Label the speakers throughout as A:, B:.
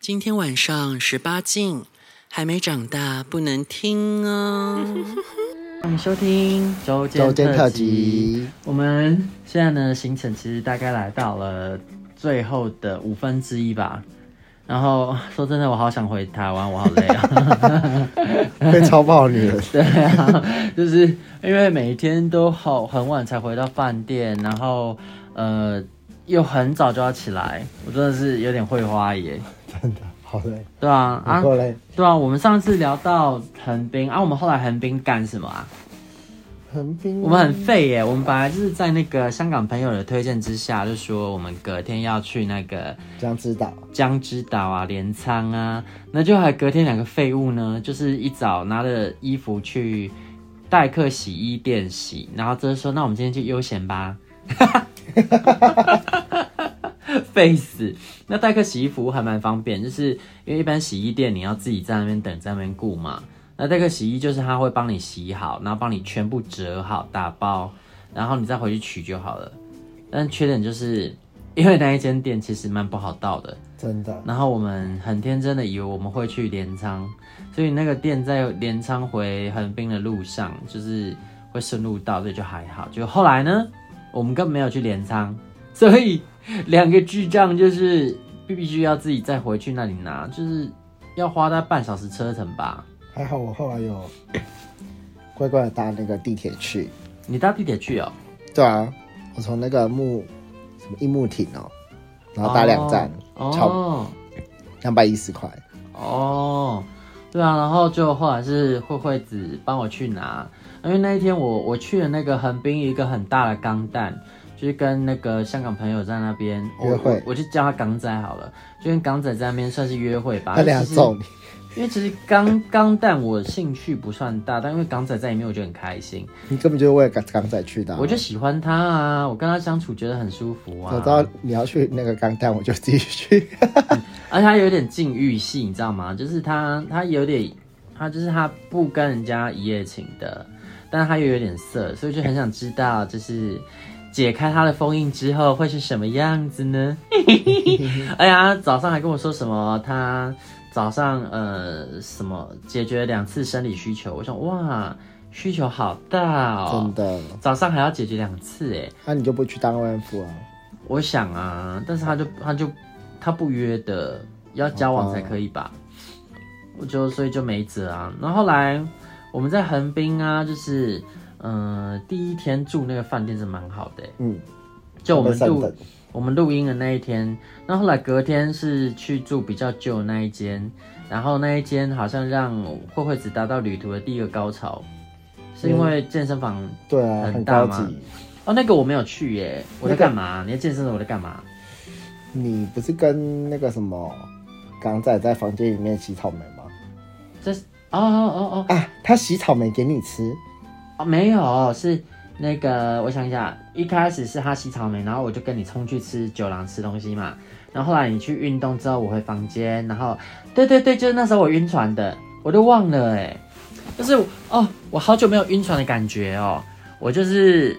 A: 今天晚上十八禁，还没长大不能听哦。 欢迎收听周间
B: 周间特
A: 特
B: 辑。
A: 我们现在呢行程其实大概来到了最后的五分之一吧。然后说真的，我好想回台湾，我好累 啊。
B: 被超爆女了，
A: 对啊，就是因为每天都好很晚才回到饭店，然后呃又很早就要起来，我真的是有点会花耶。
B: 真的好累，
A: 对啊，啊
B: 不，够累。
A: 对啊，我们上次聊到横滨啊，我们后来横滨干什么啊？
B: 横滨，啊
A: 我们很废耶，我们本来就是在那个香港朋友的推荐之下，就说我们隔天要去那个
B: 江之岛，
A: 江之岛啊、镰仓啊，那就还隔天两个废物呢，就是一早拿着衣服去代客洗衣店洗，然后就是说，那我们今天去悠闲吧， 废死。那代客洗衣服务还蛮方便，就是因为一般洗衣店你要自己在那边等，在那边顾嘛。那代客洗衣就是他会帮你洗好，然后帮你全部折好、打包，然后你再回去取就好了。但缺点就是因为那一间店其实蛮不好到的，
B: 真的
A: 然后我们很天真的以为我们会去镰仓，所以那个店在镰仓回横滨的路上，就是会顺路到，所以就还好。就后来呢，我们根本没有去镰仓，所以两个智障就是必必须要自己再回去那里拿，就是要花大概半小时车程吧。
B: 还好，我后来有乖乖的搭那个地铁去。
A: 你搭地铁去哦，
B: 对啊，我从那个木什么一木町哦，然后搭两站，超
A: 哦
B: 两百一十块。
A: 哦，对啊，然后就后来是慧慧子帮我去拿，因为那一天我我去了那个横滨一个很大的钢蛋，就是跟那个香港朋友在那边我
B: 约会
A: 我我就叫他港仔好了，就跟港仔在那边算是约会吧。
B: 他俩
A: 啊其实
B: 揍你，
A: 因为其实钢钢蛋我兴趣不算大，但因为港仔在里面我就很开心，
B: 你根本就是为了港港仔去的、啊。
A: 我就喜欢他啊，我跟他相处觉得很舒服啊。
B: 早知道你要去那个港蛋，我就自己去。
A: 而且他有点禁欲系，你知道吗？就是他他有点，他就是他不跟人家一夜情的，但他又有点色，所以就很想知道，就是解开他的封印之后会是什么样子呢？ 哎呀，早上还跟我说什么他早上呃什么解决两次生理需求，我想哇需求好大哦
B: 真，的，
A: 早上还要解决两次哎，
B: 那、你就不去当慰安妇啊？
A: 我想啊，但是他就他就他不约的，要交往才可以吧？
B: 哦
A: 我就所以就没辙啊。然后后来我们在横滨啊，就是嗯、呃第一天住那个饭店是蛮好的欸、
B: 嗯，
A: 就我们
B: 上
A: 录
B: 等
A: 我们录音的那一天，那后来隔天是去住比较旧的那一间，然后那一间好像让慧慧子达到旅途的第一个高潮，是因为健身房、
B: 对啊，
A: 很
B: 很
A: 大
B: 高
A: 吗
B: 级。
A: 哦那个我没有去耶、我在
B: 那个
A: 干嘛？你在健身的我在干嘛？
B: 你不是跟那个什么港仔在房间里面洗草莓吗？
A: 这是哦哦哦哦
B: 啊，他洗草莓给你吃，
A: 哦，没有，是那个，我想一下，一开始是他洗草莓，然后我就跟你冲去吃酒廊吃东西嘛，然后后来你去运动之后，我回房间，然后对对对，就是那时候我晕船的，我都忘了哎、就是哦，我好久没有晕船的感觉哦，我就是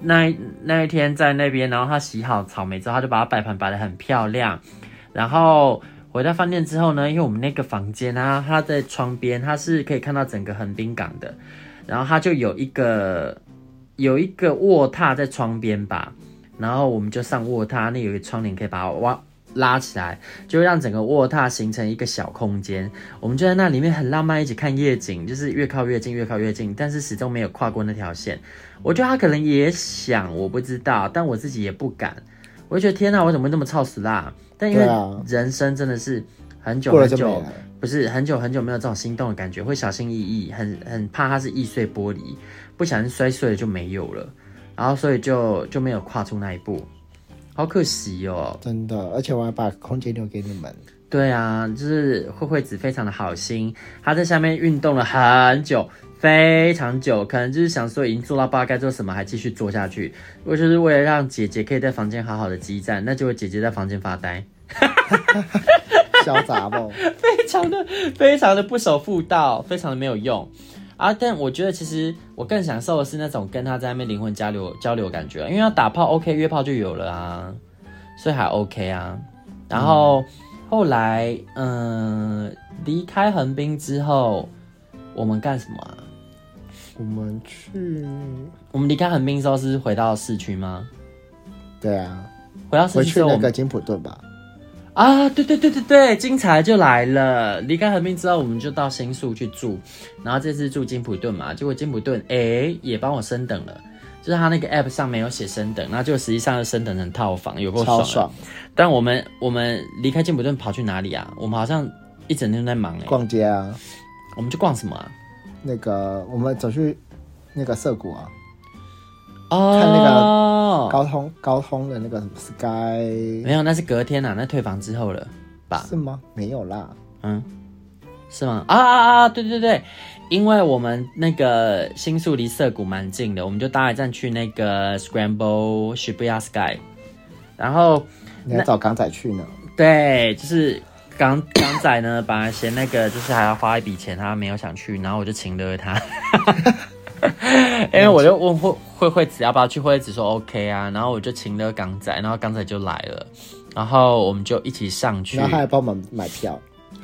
A: 那一那一天在那边，然后他洗好草莓之后，他就把它摆盘摆得很漂亮，然后。回到饭店之后呢，因为我们那个房间啊，它在窗边，它是可以看到整个横滨港的。然后它就有一个有一个卧榻在窗边吧，然后我们就上卧榻，那有一个窗帘可以把它挖拉起来，就让整个卧榻形成一个小空间。我们就在那里面很浪漫，一起看夜景，就是越靠越近，越靠越近，但是始终没有跨过那条线。我觉得他可能也想，我不知道，但我自己也不敢。我就觉得天哪，我怎么会那么操死啦？但因为
B: 对啊
A: 人生真的是很久
B: 过了
A: 很
B: 就
A: 久，
B: 没了。
A: 不是很久很久没有这种心动的感觉，会小心翼翼，很很怕它是易碎玻璃，不小心摔碎了就没有了，然后所以就就没有跨出那一步，好可惜哦。
B: 真的，而且我还把空间留给你们，
A: 对啊，就是慧慧子非常的好心，她在下面运动了很久，非常久，可能就是想说已经做到不知道该做什么，还继续做下去，我就是为了让姐姐可以在房间好好的激战，那结果姐姐在房间发呆。
B: 潇洒梦。
A: 非常的非常的不守妇道，非常的没有用啊！但我觉得其实我更享受的是那种跟他在那边灵魂交流交流的感觉，因为要打炮 OK，约炮就有了啊，所以还 OK 啊。然后、后来，嗯、离开横滨之后，我们干什么啊？
B: 我们去，
A: 我们离开横滨之后是回到市区吗？
B: 对啊，
A: 回到市
B: 回
A: 区
B: 去
A: 之后，
B: 那
A: 我
B: 个
A: 们
B: 金普顿吧。
A: 啊，对对对对对，精彩就来了。离开横滨之后，我们就到新宿去住，然后这次住金普顿嘛，结果金普顿哎、也帮我升等了。就是他那个 app 上没有写升等，那就实际上就升等成套房，有够
B: 超
A: 的
B: 爽，
A: 但我们我们离开金普顿跑去哪里啊？我们好像一整天都在忙哎、
B: 逛街啊，
A: 我们去逛什么啊？
B: 那个我们走去那个涩谷啊，
A: 哦，
B: 看那
A: 个
B: 个高通高通的那个什么 Sky
A: 没有，那是隔天啊，那退房之后了吧？
B: 是吗？没有啦，
A: 嗯，是吗？啊啊啊啊！对对对，因为我们那个新宿离涩谷蛮近的，我们就搭一站去那个 Scramble Shibuya Sky，然后
B: 你要找港仔去呢。
A: 对，就是港港仔呢，本来嫌那个就是还要花一笔钱，他没有想去，然后我就请了他，因为我就问慧慧慧子要不要去，慧子说 OK 啊，然后我就请了港仔，然后港仔就来了，然后我们就一起上去
B: 然，后他还帮我们买票，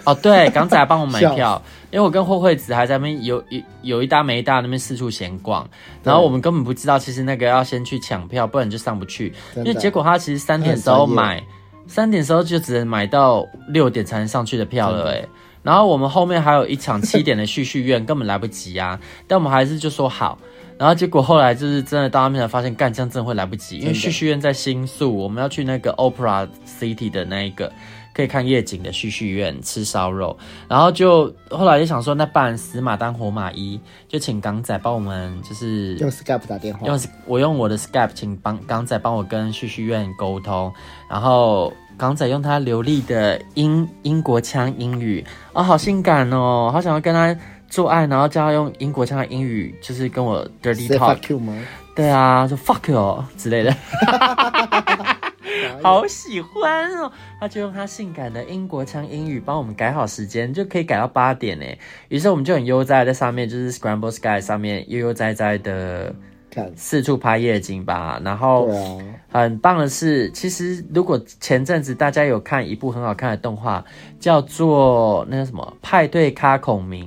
A: 哦，对，港仔还帮我买
B: 笑
A: 票，因为我跟慧慧子还在那边有有有一搭没一搭那边四处闲逛，然后我们根本不知道其实那个要先去抢票，不然就上不去。
B: 真
A: 因为
B: 的
A: 结果他其实三点时候买，三点时候就只能买到六点才能上去的票了哎、然后我们后面还有一场七点的旭旭苑， 根本来不及啊！但我们还是就说好，然后结果后来就是真的到那边才发现，干这样真的会来不及，因为
B: 真的
A: 旭旭苑在新宿，我们要去那个 Opera City 的那一个可以看夜景的旭旭苑吃烧肉，然后就后来就想说，那不然死马当活马医，就请港仔帮我们就是
B: 用 Skype 打电话，
A: 用我用我的 Skype，请帮刚仔帮我跟旭旭院沟通，然后刚仔用他流利的英英国腔英语啊、好性感哦，好想要跟他做爱，然后叫他用英国腔的英语，就是跟我 dirty
B: say
A: talk，
B: fuck you 吗？
A: 对啊，说 fuck 哦之类 的，好喜欢哦。他就用他性感的英国腔英语帮我们改好时间，就可以改到八点诶。于是我们就很悠哉地在上面，就是 Scramble Sky 上面悠悠哉哉的
B: 看，
A: 四处拍夜景吧，然后。
B: 对啊，
A: 很棒的是，其实如果前阵子大家有看一部很好看的动画，叫做那个什么《派对咖孔明》，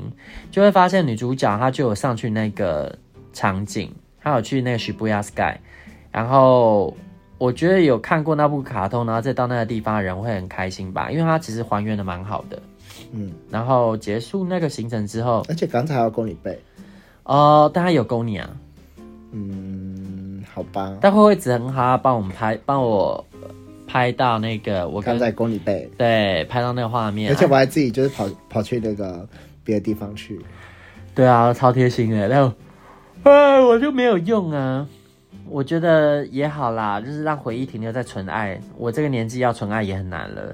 A: 就会发现女主角她就有上去那个场景，她有去那个 Shibuya Sky，然后我觉得有看过那部卡通，然后再到那个地方的人会很开心吧，因为它其实还原的蛮好的。
B: 嗯，
A: 然后结束那个行程之后，
B: 而且港仔还要公里背，
A: 哦、但他有勾你啊，
B: 嗯，好吧，
A: 但慧慧子很好啊，帮我们拍，帮我呃拍到那个我
B: 港
A: 跟
B: 仔公里背，
A: 对，拍到那个画面、
B: 而且我
A: 啊，
B: 还自己就是跑跑去那个别的地方去，
A: 对啊，超贴心的。然后，啊，我就没有用啊。我觉得也好啦，就是让回忆停留在纯爱。我这个年纪要纯爱也很难了，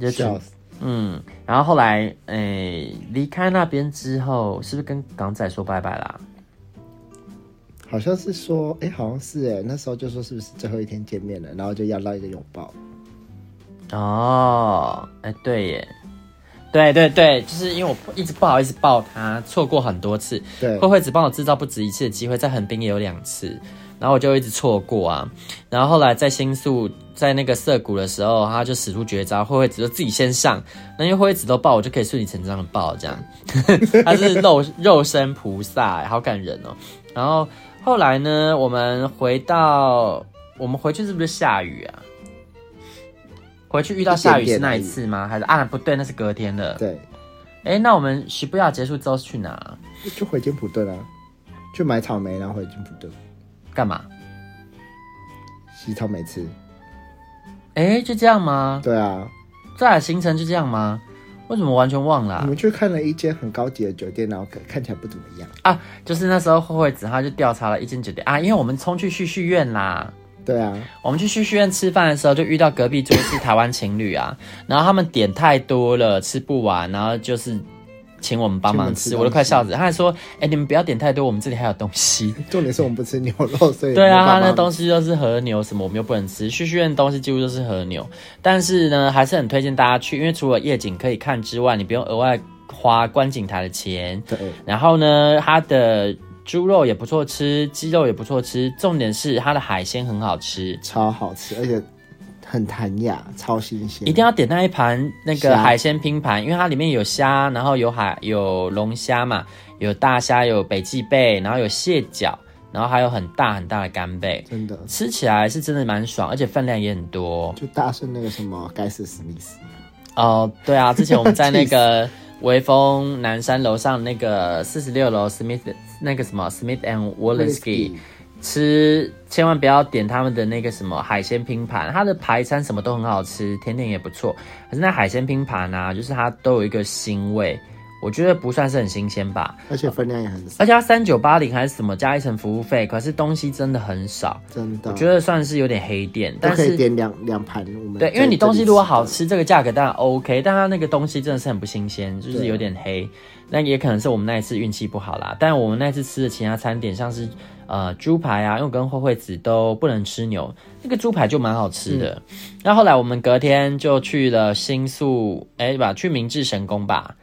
A: 就
B: 笑
A: 纯
B: 死，
A: 嗯。然后后来，诶、离开那边之后，是不是跟港仔说拜拜啦？
B: 好像是说，哎，好像是哎，那时候就说是不是最后一天见面了，然后就要到一个拥抱，
A: 哦，哎、对耶，对对对，就是因为我一直不好意思抱他，错过很多次。
B: 对
A: 慧，慧只帮我制造不止一次的机会，在横滨也有两次，然后我就一直错过啊。然后后来在新宿，在那个涩谷的时候，他就使出绝招，慧慧子就自己先上，那因为慧慧子都抱，我就可以顺理成章的抱，这样， 他是肉肉身菩萨，好感人哦。然后后来呢，我们回到我们回去是不是下雨啊？回去遇到下雨是那一次吗？还是啊不对，那是隔天的。
B: 对，
A: 哎，那我们徐不要结束之后去哪？
B: 就回金普顿啊，去买草莓，然后回金普顿，
A: 干嘛？
B: 洗草莓吃，
A: 哎，就这样吗？
B: 对啊，
A: 这俩行程就这样吗？为什么完全忘了
B: 我
A: 啊、
B: 们去看了一间很高级的酒店，然后看看起来不怎么样，
A: 啊就是那时候慧慧子她就调查了一间酒店啊，因为我们冲去旭旭苑啦。
B: 对啊，
A: 我们去旭旭苑吃饭的时候，就遇到隔壁桌是台湾情侣啊，然后他们点太多了，吃不完，然后就是请我们帮忙吃，
B: 请我们吃东西
A: 我都快笑死。他还说：“哎、你们不要点太多，我们这里还有东西。
B: 重点是我们不吃牛肉，所”以
A: 对啊，他
B: 他
A: 那东
B: 东
A: 西都是和牛什么，我们又不能吃。旭旭苑的东西几乎都是和牛，但是呢，还是很推荐大家去，因为除了夜景可以看之外，你不用额外花观景台的钱。
B: 对
A: 然后呢，它的猪肉也不错
B: 嗯
A: 吃，鸡肉也不错吃，重点是它的海鲜很好吃。
B: 超好吃，而且很弹牙，超新鲜。
A: 一定要点那一盘那个
B: 虾
A: 海鲜拼盘，因为它里面有虾，然后有海有龙虾嘛，有大虾，有北极贝，然后有蟹脚，然后还有很大很大的干贝，
B: 真的，
A: 吃起来是真的蛮爽，而且分量也很多。
B: 就大圣那个什么该死史密斯，
A: 哦，对啊，之前我们在那个微风南山楼上那个四十六楼 Smith 那个什么 Smith and Walensky 吃，千万不要点他们的那个什么海鲜拼盘，它的排餐什么都很好吃，甜点也不错。可是那海鲜拼盘啊，就是它都有一个腥味，我觉得不算是很新鲜吧。
B: 而且分量也很少，
A: 而且它三九八零还是什么加一层服务费，可是东西真的很少，
B: 真的。
A: 我觉得算是有点黑店。
B: 都
A: 但
B: 可以
A: 是
B: 点两两盘，我们
A: 对，
B: 在
A: 因为你东西如果好
B: 这里
A: 吃，这个价格当然 OK，但它那个东西真的是很不新鲜，就是
B: 对啊
A: 有点黑。那也可能是我们那一次运气不好啦。但我们那次吃的其他餐点，像是呃猪排啊，因为我跟慧慧子都不能吃牛，那个猪排就蛮好吃的。
B: 嗯
A: 那、后来我们隔天就去了新宿，哎、吧，去明治神宫吧。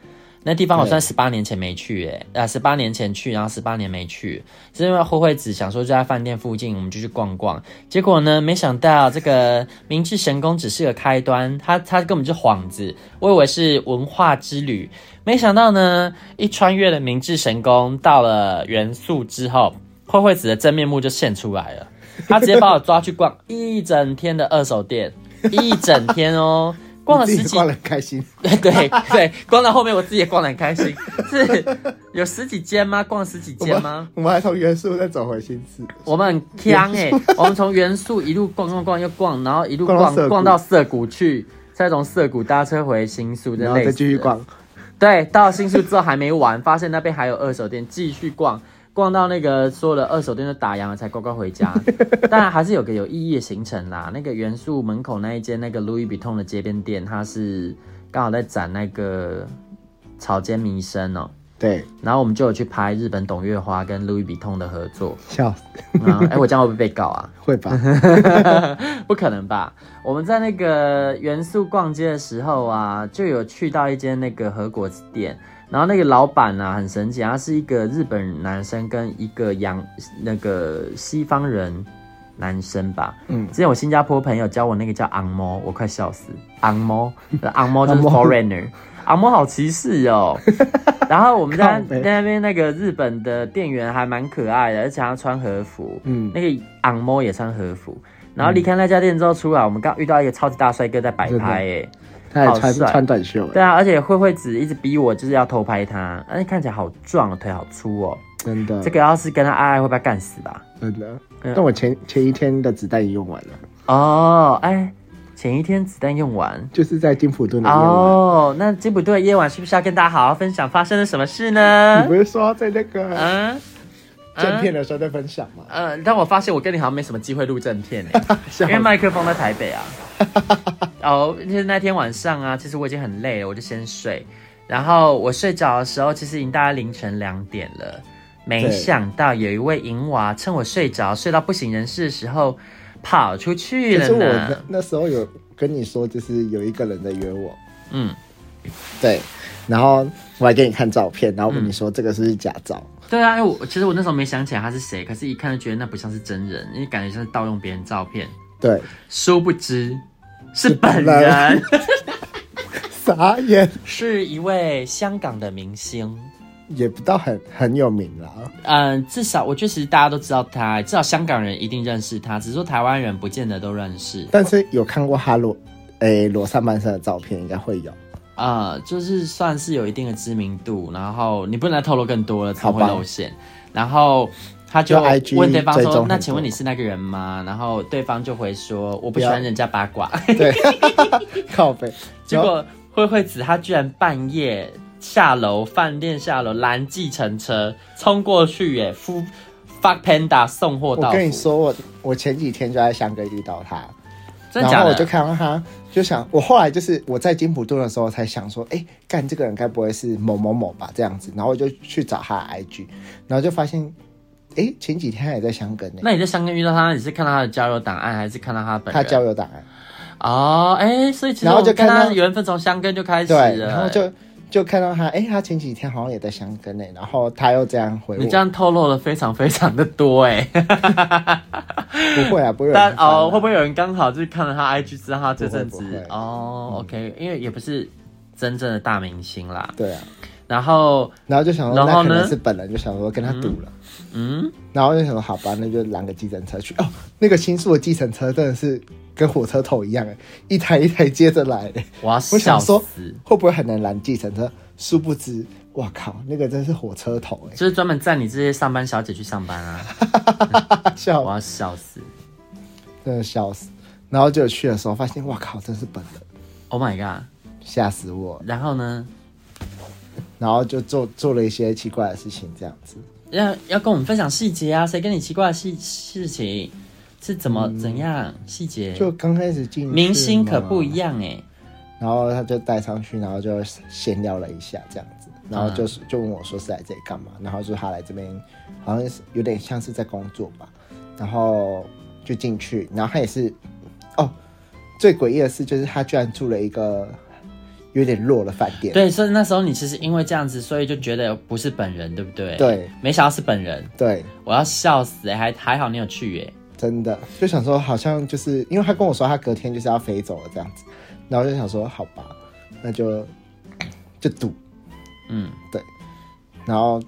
A: 那地方我算十八年前没去、欸，哎，啊，十八年前去，然后十八年没去，是因为慧慧子想说就在饭店附近，我们就去逛逛。结果呢，没想到这个明治神宫只是个开端，它它根本就幌子，我以为是文化之旅，没想到呢，一穿越了明治神宫，到了元素之后，慧慧子的真面目就现出来了。她直接把我抓去逛一整天的二手店，一整天 哦，逛了
B: 你
A: 十
B: 自己
A: 几
B: 逛的开心，
A: 对对对，逛到后面我自己也逛得很开心，是有十几间吗？逛十几间吗？
B: 我们还从元素再走回新市，
A: 我们很强哎、 我们从元素一路逛逛逛又逛，然后一路逛
B: 逛到涩谷
A: 逛到涩谷去，再从涩谷搭车回新宿，这
B: 然后
A: 类
B: 再
A: 似
B: 继续
A: 的。
B: 逛，
A: 对，到新宿之后还没完，发现那边还有二手店，继续 逛，逛到那个所有的二手店都打烊了，才乖乖回 家。当然还是有个有意义的行程啦。那个元素门口那一间那个 Louis Vuitton 的街边店，它是刚好在展那个草间弥生哦。
B: 对，
A: 然后我们就有去拍日本董月花跟 Louis Vuitton 的合作。
B: 笑死，
A: 啊，哎、我这样会不会被告啊？
B: 会吧？
A: 不可能吧？我们在那个元素逛街的时候啊，就有去到一间那个和果子店，然后那个老板啊很神奇，他是一个日本男生跟一个洋那个西方人男生吧。
B: 嗯
A: 之前我新加坡朋友教我那个叫昂猫，我快笑死。昂猫，昂猫就是
B: 昂猫
A: foreigner，昂猫好歧视哦。然后我们在
B: 靠北
A: 在那边那个日本的店员还蛮可爱的，而且他穿和服，
B: 嗯，
A: 那个昂猫也穿和服。然后离开那家店之后出来，我们刚遇到一个超级大帅哥在摆
B: 真的
A: 拍、欸，
B: 他
A: 好
B: 还穿
A: 帅
B: 穿短袖，
A: 对啊，而且慧慧子一直逼我就是要偷拍他，而且看起来好壮哦，腿好粗哦。
B: 真的
A: 这，个要是跟他爱爱会被他干死吧？
B: 真的。
A: 嗯
B: 但我前前一天的子弹也用完了，
A: 哦，哎，前一天子弹用完，
B: 就是在金普顿的夜晚。
A: 哦，那吉普队夜晚是不是要跟大家好好分享发生了什么事呢
B: 你不？是说要在那个
A: 嗯，
B: 正片的时候再分享 吗？
A: 呃，但我发现我跟你好像没什么机会录正片欸诶，
B: 笑
A: 因为麦克风在台北 啊。哦，就是那天晚上啊，其实我已经很累了，我就先睡。然后我睡着的时候，其实已经大概凌晨两点了。没
B: 对
A: 想到有一位银娃趁我睡着、睡到不省人事的时候，跑出去
B: 可
A: 了
B: 是我
A: 呢
B: 那。那时候有跟你说，就是有一个人在约我，
A: 嗯，
B: 对，然后我还给你看照片，然后
A: 嗯
B: 问你说这个是不是假照，
A: 对啊，因为我其实我那时候没想起来他是谁，可是一看就觉得那不像是真人，因为感觉像是盗用别人照片。
B: 对，
A: 殊不知是本
B: 本
A: 人
B: 人， 傻眼，
A: 是一位香港的明星。
B: 也不到很很有名啦，
A: 嗯，至少我确实大家都知道他，至少香港人一定认识他，只是说台湾人不见得都认识。
B: 但是有看过哈罗，诶裸上半身的照片应该会有，
A: 啊、就是算是有一定的知名度，然后你不能再透露更多了，才
B: 好吧
A: 会露馅。然后他就
B: 就 IG
A: 问对方
B: 追踪
A: 说
B: 很：“多
A: 那请问你是那个人吗？”然后对方就回说：“我不喜
B: 不要
A: 欢人家八 卦。”
B: 对，靠背，
A: 结果慧慧子她居然半夜下楼，饭店下楼拦计程车，冲过去耶，夫 fuck panda 送货到。
B: 我跟你，说，我我前几天就在香格里遇到他，
A: 真的
B: 然
A: 假
B: 后我
A: 的？
B: 就看到他，就想我后来就是我在金普顿的时候才想说，哎、干这个人该不会是某某某吧这样子，然后我就去找他的 IG，然后就发现，哎、前几天他也在香港呢，
A: 那你在香港遇到他，你是看到他的交友档案，还是看到他本
B: 他
A: 人？
B: 交友档案，
A: 哦，哎、所以其实
B: 然后
A: 我
B: 就
A: 跟
B: 看
A: 他
B: 到
A: 的缘分从香根就开始
B: 对，
A: 了，
B: 然后就就看到他，哎、他前几天好像也在香根诶、然后他又这样回我，
A: 你这样透露了非常非常的多 哎、
B: 不会啊，不会有人
A: 但
B: 翻啊
A: 哦，会不会有人刚好就是看了他 IG 知道他这阵
B: 不会嗯
A: 子
B: 不会
A: 哦，OK，因为也不是真正的大明星啦。
B: 对啊，
A: 然后，
B: 然后就想说
A: 然后
B: 那可
A: 呢
B: 能是本人就想说跟他赌了，
A: 嗯，
B: 然后就想说好吧，那就拦个计程车去。哦，那个新宿的计程车真的是跟火车头一样诶、一台一台接着来、诶
A: 我要
B: 我想
A: 笑
B: 说
A: 死，
B: 会不会很难拦计程车？殊不知，哇靠，那个真是火车头诶、
A: 就是专门载你这些上班小姐去上班啊，
B: 欸，笑
A: 我要笑死
B: 真的笑死。然后就去的时候发现，哇靠，真是本人，
A: ，Oh my god！
B: 吓死我了。
A: 然后呢，
B: 然后就做做了一些奇怪的事情，这样子。
A: 要要跟我们分享细节啊，谁跟你奇怪的事事情是怎么、怎样细节？
B: 嗯就刚开始进去
A: 明星可不
B: 嘛
A: 一样哎、
B: 然后他就带上去，然后就闲聊了一下这样子，然后就是就问我说是来这里干嘛，然后就他来这边好像是有点像是在工作吧，然后就进去，然后他也是哦，最诡异的事就是他居然住了一个有点弱的饭店，
A: 对，所以那时候你其实因为这样子，所以就觉得不是本人，对不对？
B: 对，
A: 没想到是本人，
B: 对，
A: 我要笑死、欸！还还好你有去欸耶、
B: 真的就想说好像就是因为他跟我说他隔天就是要飞走了这样子，然后就想说好吧，那就 就赌
A: 嗯，
B: 然后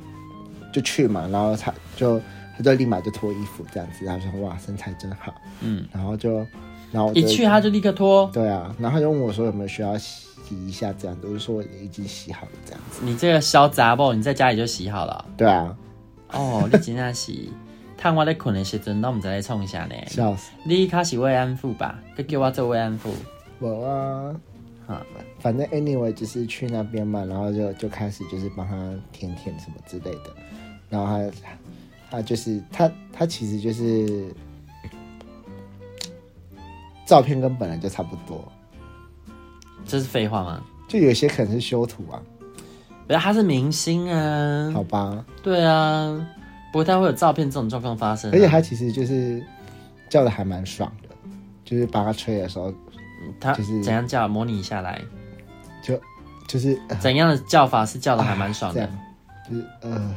B: 就去嘛，然后他就他就立马就脱衣服这样子，然后说哇身材真好，
A: 嗯，
B: 然后就然后我就
A: 一去他就立刻脱，
B: 对啊，然后他就问我说有没有需要洗一下这样子，我就说我已经洗好了这样子，
A: 你这个小杂包，你在家里就洗好了
B: 对啊，
A: 哦。哦，你真正是，趁我咧困的时阵，都毋知咧创啥呢？
B: 笑死
A: 你较是慰安妇吧？佮叫我做慰安妇，
B: 我啊。
A: 哈，
B: 反正 anyway 就是去那边嘛，然后就就开始就是帮他舔舔什么之类的，然后他他就是他他其实就是照片跟本来就差不多，
A: 这是废话吗？
B: 就有些可能是修图啊，
A: 不是，他是明星啊，
B: 好吧，
A: 对啊，不太会有照片这种状况发生、啊。
B: 而且他其实就是叫的还蛮爽的，就是把他吹的时候，
A: 他
B: 就是
A: 怎样叫？模拟一下来，
B: 就是、呃
A: 怎样的叫法是叫的还蛮爽
B: 这
A: 的？
B: 样，就是呃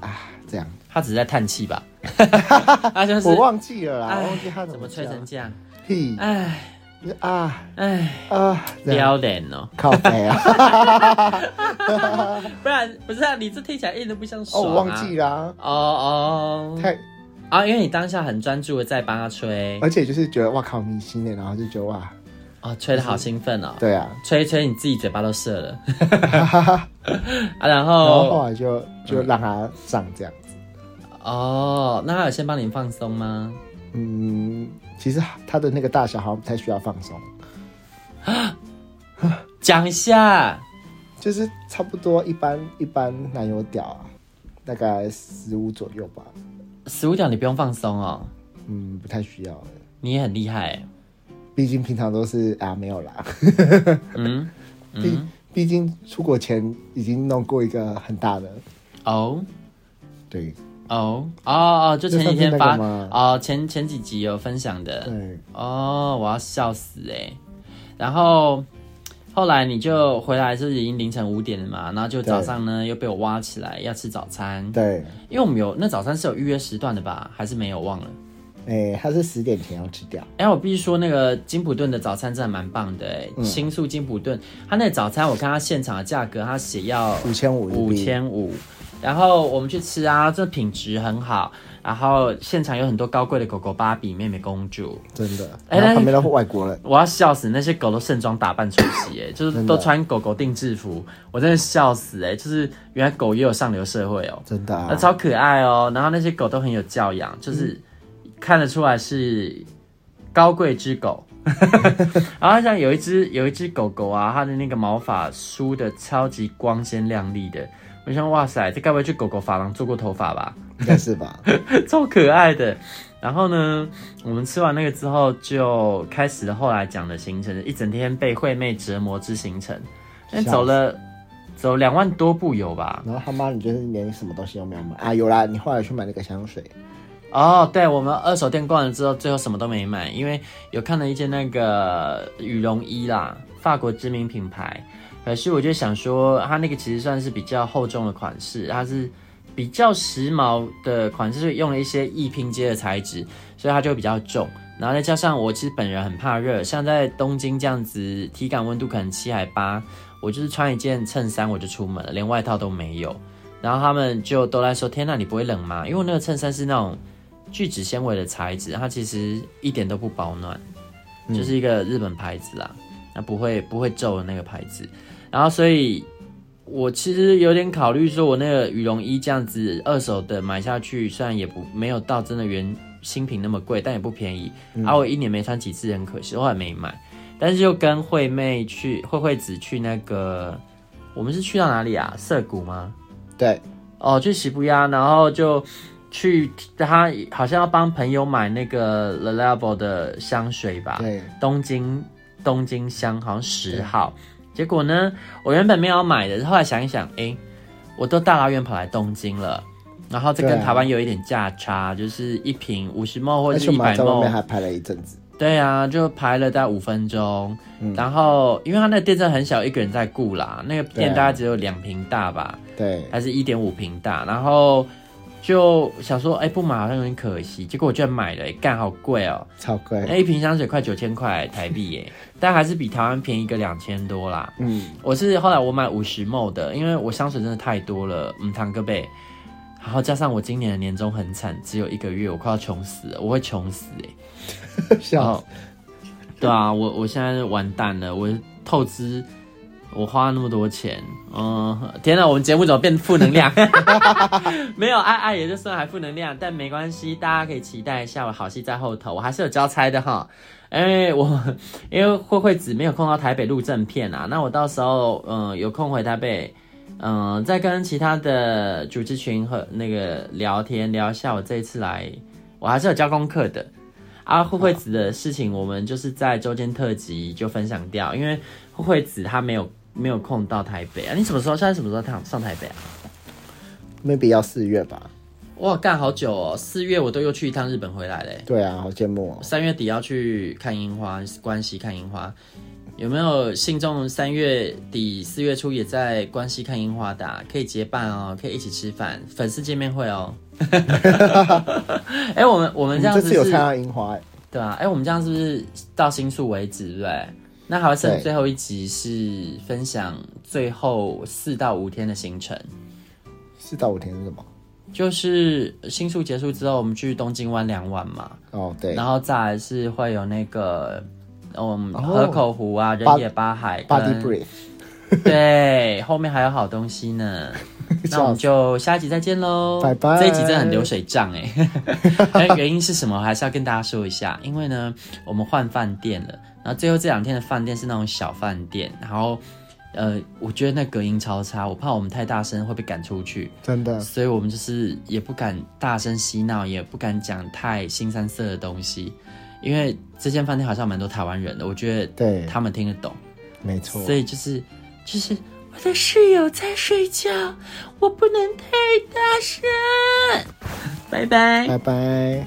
B: 啊这样，
A: 他只是在叹气 吧？他就是
B: 我忘记了啦，
A: 哎
B: 我忘记他
A: 怎
B: 么
A: 么吹成这样？
B: 叫屁
A: 哎
B: 就是啊
A: 哎，
B: 啊这
A: 撩
B: 样
A: 脸哦！
B: 靠背 啊，
A: 不然不是啊，你这听起来一点都不像
B: 哦
A: 爽、啊。
B: 我忘记了啊、
A: 哦哦
B: 太
A: 啊，因为你当下很专注的在帮他吹，
B: 而且就是觉得哇靠明星呢，然后就觉得哇
A: 哦，吹的好兴奋哦，
B: 对啊，
A: 吹一吹你自己嘴巴都射 了
B: 哈哈哈
A: 啊，然
B: 然后
A: 后
B: 后来就就让他上这样子，
A: 哦，那他有先帮你放松吗？
B: 嗯，其实他的那个大小好像不太需要放松。
A: 讲一下，
B: 就是差不多一般一般男友屌啊，大概十五左右吧，
A: 十五秒你不用放松哦，
B: 嗯，不太需要，
A: 你也很厉害欸，
B: 毕竟平常都是啊没有啦，
A: 嗯
B: 毕、毕竟出国前已经弄过一个很大的，
A: 哦。
B: 对
A: 哦哦哦，就前几天
B: 就
A: 发
B: 上次那个吗
A: 哦，前前几集有分享的
B: 对，
A: 哦，我要笑死哎、然后后来你就回来，就是已经凌晨五点了嘛，然后就早上呢又被我挖起来要吃早餐，
B: 对，
A: 因为我们有那早餐是有预约时段的吧，还是没有忘了？
B: 哎、他是十点前要吃掉，
A: 哎、我必须说那个金普顿的早餐真的蛮棒的哎、
B: 嗯
A: 新宿金普顿，他那早餐我看他现场的价格，他写要
B: 五千五
A: 五千五，然后我们去吃啊，这品质很好，然后现场有很多高贵的狗狗芭比、妹妹公主，
B: 真的，
A: 哎
B: 然后旁边都是外国人，
A: 我要笑死！那些狗都盛装打扮出席、哎，就是
B: 真
A: 都
B: 的
A: 穿狗狗定制服，我真的笑死、哎，就是原来狗也有上流社会哦、
B: 真的
A: 那
B: 啊，
A: 超可爱哦、然后那些狗都很有教养，
B: 嗯
A: 就是看得出来是高贵之狗。 然后像有一只有一只狗狗啊，它的那个毛发梳的超级光鲜亮丽的，我想哇塞，这该不会去狗狗发廊做过头发吧？
B: 应该是吧？
A: 超可爱的。然后呢，我们吃完那个之后，就开始了后来讲的行程，一整天被惠妹折磨之行程。那
B: 笑死
A: 走了走两万多步有吧？
B: 然后他妈，你就是连什么东西都没有买啊？有啦，你后来去买那个香水，
A: 哦，对，我们二手店逛了之后，最后什么都没买，因为有看了一件那个羽绒衣啦，法国知名品牌，可是我就想说，它那个其实算是比较厚重的款式，它是比较时髦的款式，所以用了一些易拼接的材质，所以它就比较重。然后再加上我其实本人很怕热，像在东京这样子，体感温度可能七还八，我就是穿一件衬衫我就出门了，连外套都没有。然后他们就都在说：“天呐，你不会冷吗？”因为我那个衬衫是那种聚酯纤维的材质，它其实一点都不保暖，就是一个日本牌子啦，那不会不会皱的那个牌子。然后所以，我其实有点考虑说，我那个羽绒衣这样子二手的买下去，虽然也不没有到真的原新品那么贵，但也不便宜。而、我一年没穿几次，很可惜，后来没买。但是就跟惠妹去惠惠子去那个，我们是去到哪里啊？涩谷吗？
B: 对，
A: 哦，去喜布亚，然后就去他好像要帮朋友买那个 The Level 的香水吧，
B: 对，
A: 东京东京香好像十号。结果呢，我原本没有买的，后来想一想，诶，我都大老远跑来东京了，然后这
B: 对
A: 跟
B: 啊
A: 台湾有一点价差，就是一瓶五十梦或
B: 而
A: 者
B: 且
A: 是
B: 我
A: 一
B: 们还
A: 百
B: 在外
A: 梦
B: 面，还拍了一阵子。
A: 对啊，就排了大概五分钟，
B: 嗯
A: 然后因为他那个店真的很小，一个人在顾啦，那个
B: 对
A: 店
B: 啊
A: 大概只有两平大吧，
B: 对，
A: 还是一点五平大，然后就想说，哎、不买好像有点可惜，结果我居然买了、哎干好贵哦、
B: 超贵。
A: 那一瓶香水快九千块台币耶、 但还是比台湾便宜个两千多啦。
B: 嗯，
A: 我是后来我买五十 ml 的，因为我香水真的太多了，嗯，堂哥贝，然后加上我今年的年终很惨，只有一个月，我快要穷死了，我会穷死哎、
B: 笑死，
A: 嗯对啊，我我现在完蛋了，我透支，我花那么多钱，嗯，天哪，我们节目怎么变负能量？没有爱爱也就算还负能量，但没关系，大家可以期待一下，我好戏在后头，我还是有交差的哈。因为我因为慧慧子没有空到台北录正片啊，那我到时候嗯、有空回台北，嗯、再跟其他的主持群和那个聊天聊一下，我这一次来我还是有交功课的。啊，慧慧子的事情，我们就是在周间特辑就分享掉，因为慧慧子她没有没有空到台北啊。你什么时候？现在什么时候上上台北啊？
B: maybe 要四月吧？
A: 哇，干好久哦！四月我都又去一趟日本回来嘞，
B: 对啊，好羡慕哦。
A: 三月底要去看樱花，关西看樱花。有没有信众三月底四月初也在关西看樱花的啊、可以结伴哦，可以一起吃饭，粉丝见面会 哦。哎、我们我
B: 我
A: 们
B: 们
A: 这样
B: 嗯这
A: 子
B: 次有
A: 是
B: 看到樱花，
A: 对啊，哎、我们这样是不是到新宿为止，对不对？那还会剩
B: 对
A: 最后一集是分享最后四到五天的行程，
B: 四到五天是什么？
A: 就是新宿结束之后，我们去东京湾两晚嘛，
B: 哦，对，
A: 然后再来是会有那个嗯
B: 哦
A: 河口湖啊、人野八海
B: body
A: 跟
B: breath，
A: 对，后面还有好东西呢。那 我们就下一集再见喽，
B: 拜拜
A: 这一集真的很流水账 哎、但原因是什么？我还是要跟大家说一下，因为呢，我们换饭店了，然后最后这两天的饭店是那种小饭店，然后呃，我觉得那隔音超差，我怕我们太大声会被赶出去，
B: 真的
A: 所以我们就是也不敢大声嬉闹，也不敢讲太新三色的东西，因为这间饭店好像蛮多台湾人的，我觉得
B: 对，
A: 他们听得懂。
B: 没错，
A: 所以就是就是我的室友在睡觉，我不能太大声。拜拜。
B: 拜拜。